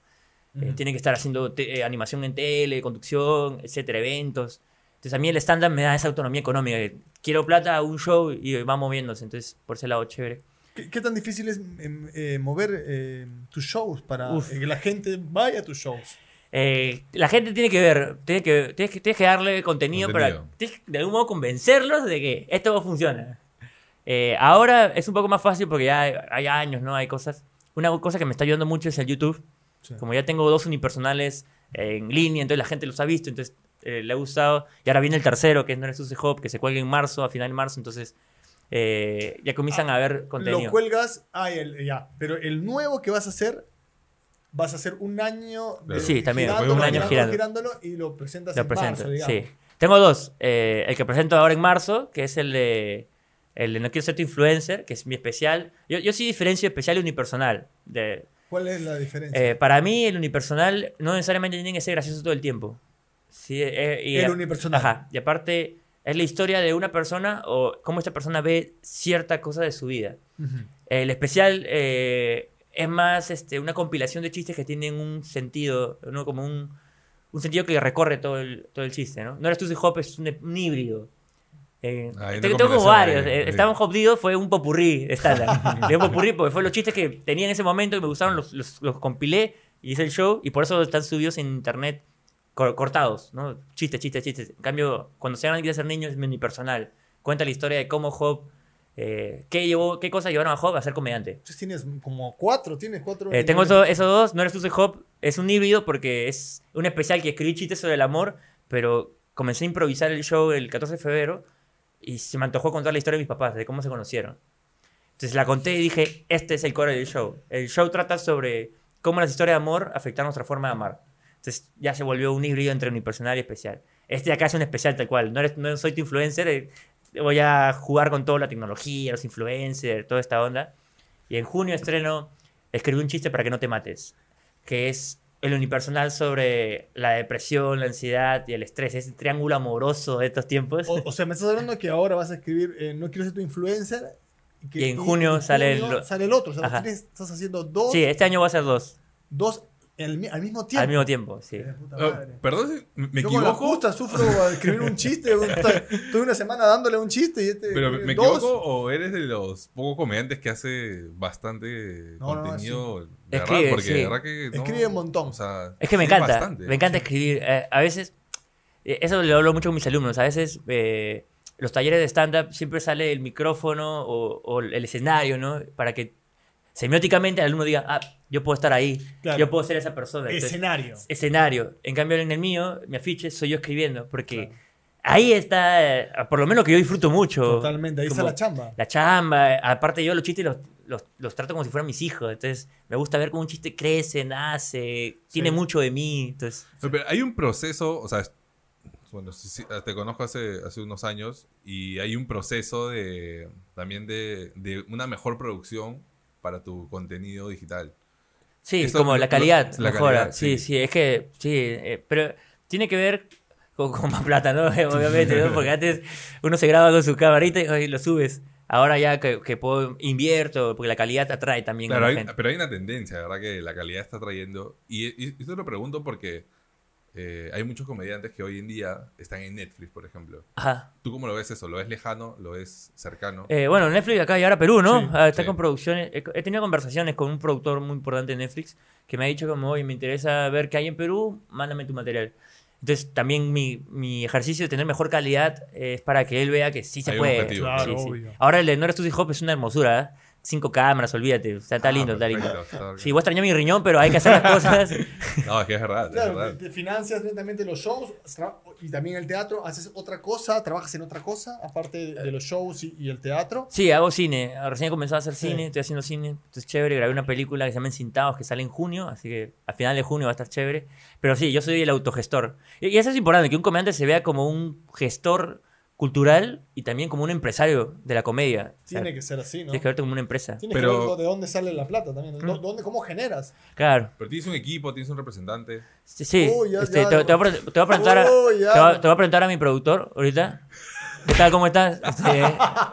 Speaker 3: Eh, tienen que estar haciendo te- eh, animación en tele, conducción, etcétera, eventos. Entonces a mí el stand-up me da esa autonomía económica. que Quiero plata, un show y va moviéndose. Entonces, por ese lado, chévere.
Speaker 2: ¿Qué, qué tan difícil es em, eh, mover eh, tus shows para
Speaker 3: Uf.
Speaker 2: que la gente vaya a tus shows?
Speaker 3: Eh, la gente tiene que ver, tiene que, tienes, que, tienes que darle contenido,
Speaker 1: Contenido.
Speaker 3: para tienes que, de algún modo convencerlos de que esto funciona. Eh, ahora es un poco más fácil porque ya hay, hay años, ¿no? Hay cosas. Una cosa que me está ayudando mucho es el YouTube.
Speaker 2: Sí.
Speaker 3: Como ya tengo dos unipersonales eh, en línea, entonces la gente los ha visto, entonces eh, le ha gustado. Y ahora viene el tercero, que es No eres Suce Hop, que se cuelga en marzo, a final de marzo, entonces eh, ya comienzan a ver contenido.
Speaker 2: Lo cuelgas. Ah, el- ya. Pero el nuevo que vas a hacer, vas a hacer un año. de-
Speaker 3: Sí, también,
Speaker 2: girándolo,
Speaker 1: un año
Speaker 3: girando.
Speaker 2: girándolo y lo presentas
Speaker 3: Lo
Speaker 2: en
Speaker 3: presento,
Speaker 2: marzo, digamos.
Speaker 3: sí. Tengo dos. Eh, el que presento ahora en marzo, que es el de, el de No quiero ser tu influencer, que es mi especial. Yo, yo sí diferencio especial y unipersonal. De,
Speaker 2: ¿Cuál es la diferencia?
Speaker 3: eh, para mí, el unipersonal no necesariamente tiene que ser gracioso todo el tiempo. Sí, eh, y-
Speaker 2: el unipersonal.
Speaker 3: Ajá. Y aparte, es la historia de una persona o cómo esta persona ve cierta cosa de su vida.
Speaker 2: Ujú.
Speaker 3: El especial eh, es más este, una compilación de chistes que tienen un sentido, ¿no? como un, un sentido que recorre todo el, todo el chiste, ¿no? No eres tú si Hop, es un, un híbrido. Eh,
Speaker 1: Ah, hay una
Speaker 3: tengo, tengo como
Speaker 1: combinación
Speaker 3: varios.
Speaker 1: ahí,
Speaker 3: Eh,
Speaker 1: ahí.
Speaker 3: Estaban Hop Dido fue un popurrí
Speaker 1: [LAUGHS]
Speaker 3: estándar. de un popurrí porque fue los chistes que tenía en ese momento y me gustaron, los, los, los compilé y hice el show y por eso están subidos en internet cor- cortados, ¿no? Chistes, chistes, chistes. En cambio, cuando se van a ser niños es unipersonal. Cuenta la historia de cómo Hop, eh, qué, llevó, qué cosas llevaron a Hop a ser comediante.
Speaker 2: Entonces tienes como cuatro, tienes cuatro.
Speaker 3: Eh, tengo eso- esos dos, No eres tú, soy Hop. Es un híbrido porque es un especial que escribí chistes sobre el amor, pero comencé a improvisar el show el 14 de febrero y se me antojó contar la historia de mis papás, de cómo se conocieron. Entonces la conté y dije, este es el core del show. El show trata sobre cómo las historias de amor afectan nuestra forma de amar. Entonces ya se volvió un híbrido entre unipersonal y especial. Este de acá es un especial tal cual. No, eres- no soy tu influencer, eh, voy a jugar con toda la tecnología, los influencers, toda esta onda. Y en junio estreno Escribí un chiste para que no te mates, que es el unipersonal sobre la depresión, la ansiedad y el estrés, ese triángulo amoroso de estos tiempos.
Speaker 2: O, o sea, me estás hablando que ahora vas a escribir eh, No quiero ser tu influencer. que-
Speaker 3: Y en junio sale el
Speaker 2: junio
Speaker 3: lo-
Speaker 2: sale el otro. O sea,
Speaker 3: Ajá.
Speaker 2: tienes- estás haciendo dos,
Speaker 3: Sí, este año va a ser dos,
Speaker 2: dos al, mi- al mismo tiempo.
Speaker 3: al mismo tiempo, sí.
Speaker 2: De puta
Speaker 1: Ah,
Speaker 2: madre.
Speaker 1: perdón, si me me
Speaker 2: Yo con la
Speaker 1: equivoco.
Speaker 2: justa sufro a escribir un chiste. un- Estuve una semana dándole un chiste y este.
Speaker 1: Pero me me
Speaker 2: dos.
Speaker 1: equivoco o eres de los pocos comediantes que hace bastante
Speaker 2: No, no,
Speaker 1: contenido de verdad,
Speaker 3: Escribe,
Speaker 1: porque
Speaker 3: sí.
Speaker 1: de verdad que no-
Speaker 2: Escribe un montón.
Speaker 1: o sea,
Speaker 3: Es que
Speaker 1: escribe
Speaker 3: me encanta,
Speaker 1: bastante.
Speaker 3: me encanta escribir. Eh, a veces, eh, eso lo hablo mucho con mis alumnos, a veces eh, los talleres de stand-up siempre sale el micrófono o, o el escenario, ¿no? Para que semióticamente el alumno diga, ah, yo puedo estar ahí,
Speaker 2: Claro.
Speaker 3: yo puedo ser esa persona. Entonces,
Speaker 2: Escenario.
Speaker 3: escenario. En cambio, en el mío, mi afiche, soy yo escribiendo, porque ahí está, eh, por lo menos que yo disfruto mucho.
Speaker 2: Totalmente. Ahí está
Speaker 3: Como
Speaker 2: la chamba.
Speaker 3: La chamba, eh, aparte yo los chistes los, los, los trato como si fueran mis hijos, entonces me gusta ver cómo un chiste crece, nace, tiene mucho de mí, entonces...
Speaker 1: No, pero hay un proceso, o sea, es- bueno, sí, sí, te conozco hace, hace unos años y hay un proceso de también de, de una mejor producción para tu contenido digital.
Speaker 3: Sí,
Speaker 1: Eso
Speaker 3: como
Speaker 1: lo-
Speaker 3: la calidad
Speaker 1: lo- la
Speaker 3: mejora.
Speaker 1: calidad,
Speaker 3: sí.
Speaker 1: sí.
Speaker 3: sí, es que sí, eh, pero tiene que ver con, con más plata, ¿no? [LAUGHS] Obviamente, ¿no? Porque antes uno se graba con su camarita y ay, lo subes. Ahora ya que, que puedo invierto, porque la calidad atrae también
Speaker 1: Claro,
Speaker 3: a la
Speaker 1: hay-
Speaker 3: gente.
Speaker 1: pero hay una tendencia, ¿verdad? Que la calidad está trayendo. Y, y, y te lo pregunto porque eh, hay muchos comediantes que hoy en día están en Netflix, por ejemplo.
Speaker 3: Ajá.
Speaker 1: ¿Tú cómo lo ves eso? ¿Lo ves lejano? ¿Lo ves cercano?
Speaker 3: Eh, bueno, Netflix acá y ahora Perú, ¿no?
Speaker 2: Sí,
Speaker 3: Ah, está
Speaker 1: sí.
Speaker 3: con producciones. He, he tenido conversaciones con un productor muy importante de Netflix que me ha dicho como, oye, me interesa ver qué hay en Perú, mándame tu material. Entonces, también mi, mi ejercicio de tener mejor calidad eh, es para que él vea que sí se
Speaker 1: Hay un
Speaker 3: puede.
Speaker 1: objetivo,
Speaker 2: Claro,
Speaker 3: Sí, sí.
Speaker 2: obvio.
Speaker 3: Ahora el de No eres tú, si Hop es una hermosura. ¿eh? Cinco cámaras, olvídate. O sea, está
Speaker 1: Ah,
Speaker 3: lindo, está lindo.
Speaker 1: perfecto, está
Speaker 3: Sí, voy a extrañar mi riñón, pero hay que
Speaker 1: [LAUGHS]
Speaker 3: hacer las cosas.
Speaker 1: No, es que es verdad, es
Speaker 2: Claro,
Speaker 1: verdad.
Speaker 2: te te financias lentamente los shows tra- y también el teatro. Haces otra cosa, trabajas en otra cosa, aparte de de los shows y, y el teatro.
Speaker 3: Sí, hago cine. Recién he comenzado a hacer
Speaker 2: Sí.
Speaker 3: cine, estoy haciendo cine. Entonces, chévere. Grabé una película que se llama Encintados que sale en junio, así que a final de junio va a estar chévere. Pero sí, yo soy el autogestor. Y, y eso es importante, que un comediante se vea como un gestor cultural y también como un empresario de la comedia. O sea,
Speaker 2: Tiene que ser así, ¿no?
Speaker 3: Tienes que verte como una empresa.
Speaker 2: Tienes
Speaker 1: Pero-
Speaker 2: que ver de dónde sale la plata también. ¿no?
Speaker 3: Mm.
Speaker 2: ¿Dónde, ¿Cómo generas?
Speaker 3: Claro.
Speaker 1: Pero tienes un equipo, tienes un
Speaker 3: [LAUGHS]
Speaker 1: representante.
Speaker 3: Sí, sí.
Speaker 2: Oh, ya,
Speaker 3: Este,
Speaker 2: ya.
Speaker 3: te, te voy a, pre- te voy a preguntar a,
Speaker 2: Oh, ya.
Speaker 3: te voy a- te voy a preguntar a mi productor ahorita. ¿Qué tal? ¿Cómo estás? Este,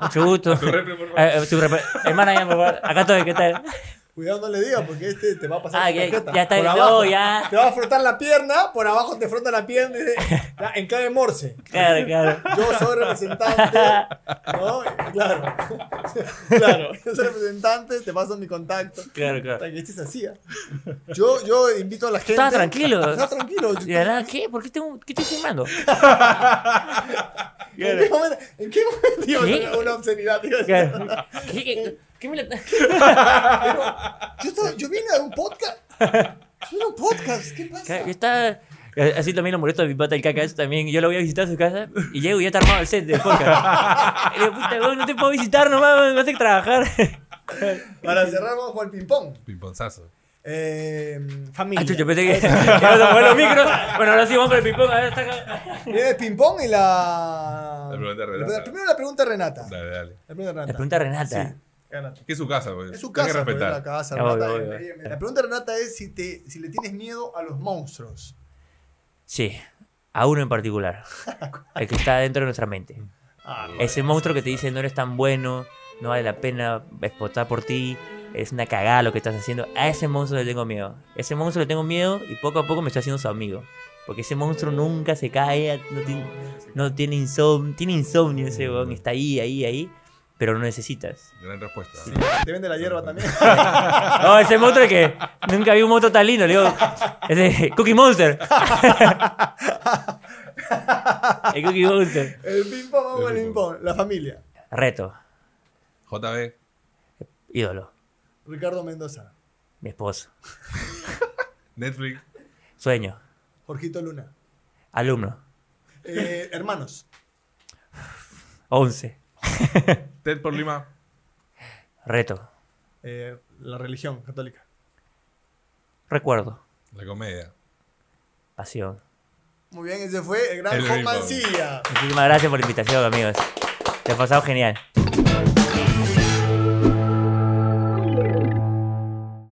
Speaker 3: mucho gusto.
Speaker 1: Tu repre, por favor.
Speaker 3: Eh, eh, tu repre- hermana, ya, por favor. Acá estoy, ¿qué tal?
Speaker 2: Cuidado, no le digas porque este te va a pasar
Speaker 3: Ah,
Speaker 2: la
Speaker 3: ya-
Speaker 2: tarjeta.
Speaker 3: ya está
Speaker 2: Por
Speaker 3: el-
Speaker 2: abajo,
Speaker 3: no, ya.
Speaker 2: Te va a frotar la pierna, por abajo te frota la pierna y dice, "Ya, en clave morse.
Speaker 3: Claro, claro.
Speaker 2: Yo soy representante, ¿no? Claro. Claro, [LAUGHS] yo soy representante, te paso mi contacto.
Speaker 3: Claro, claro.
Speaker 2: Puta, que Este se hacía. Yo, yo invito a la gente.
Speaker 3: Estaba tranquilo.
Speaker 2: Estaba tranquilo.
Speaker 3: Y de la nada, ¿qué? ¿Por qué, tengo, qué estoy filmando?
Speaker 2: ¿En qué momento? ¿En qué momento? Digo,
Speaker 3: ¿Qué?
Speaker 2: Una obscenidad, tío.
Speaker 3: Claro. ¿Qué, qué, qué me la...
Speaker 2: Yo, estaba- yo vine a un podcast. Yo vine a un podcast. ¿Qué pasa?
Speaker 3: Claro, yo estaba- Así también lo molesto a mi pata el caca, eso también. Yo lo voy a visitar a su casa y llego y ya está armado el set de podcast. Y le digo, puta, weón, no te puedo visitar nomás, me hace que trabajar.
Speaker 2: Para cerrar, vamos con el ping-pong.
Speaker 1: Pimponzazo.
Speaker 2: Eh, familia.
Speaker 3: Ah, chucho, pensé que. [LAUGHS] que ibas a mover los micros. Bueno, ahora sí, vamos con el ping-pong. A ver, saca.
Speaker 2: Viene el ping-pong y la.
Speaker 1: La pregunta de Renata.
Speaker 2: La- primero la pregunta de Renata. La
Speaker 1: Dale, dale.
Speaker 2: pregunta de Renata.
Speaker 3: La pregunta de Renata.
Speaker 2: Sí, Renata.
Speaker 1: Que es su casa, pues.
Speaker 2: Es su
Speaker 1: Tienes
Speaker 2: casa,
Speaker 1: que
Speaker 2: pero es la
Speaker 1: respetar.
Speaker 2: casa.
Speaker 3: Ya voy,
Speaker 2: Renata. eh.
Speaker 3: voy, voy.
Speaker 2: La pregunta de Renata es si, te, si le tienes miedo a los monstruos.
Speaker 3: Sí, a uno en particular. El que está dentro de nuestra mente.
Speaker 2: Ah,
Speaker 3: Ese monstruo que te dice no eres tan bueno, no vale la pena explotar por ti, es una cagada lo que estás haciendo. A ese monstruo le tengo miedo. Ese monstruo le tengo miedo y poco a poco me está haciendo su amigo. Porque ese monstruo nunca se cae, no tiene, no tiene insomnio, tiene insomnio ese weón, está ahí, ahí, ahí, pero no necesitas.
Speaker 1: Gran respuesta.
Speaker 2: Te vende la hierba
Speaker 3: [LAUGHS]
Speaker 2: también.
Speaker 3: No, ese monstruo que nunca vi un monstruo tan lindo, le digo, ese Cookie Monster. El Cookie Monster.
Speaker 2: El ping pong, vamos al
Speaker 1: El
Speaker 2: ping pong. La familia.
Speaker 3: Reto,
Speaker 1: JB.
Speaker 3: ídolo,
Speaker 2: Ricardo Mendoza.
Speaker 3: mi esposo,
Speaker 1: Netflix.
Speaker 3: sueño,
Speaker 2: Jorgito Luna.
Speaker 3: alumno,
Speaker 2: Eh, hermanos.
Speaker 3: 11,
Speaker 1: Ted por Lima.
Speaker 3: reto,
Speaker 2: Eh, la religión católica.
Speaker 3: recuerdo,
Speaker 1: La comedia.
Speaker 3: pasión.
Speaker 2: Muy bien, ese fue el gran
Speaker 1: El
Speaker 2: Juan
Speaker 1: ping pong.
Speaker 2: Mancilla.
Speaker 3: Muchísimas gracias por la invitación, amigos. Te has pasado genial.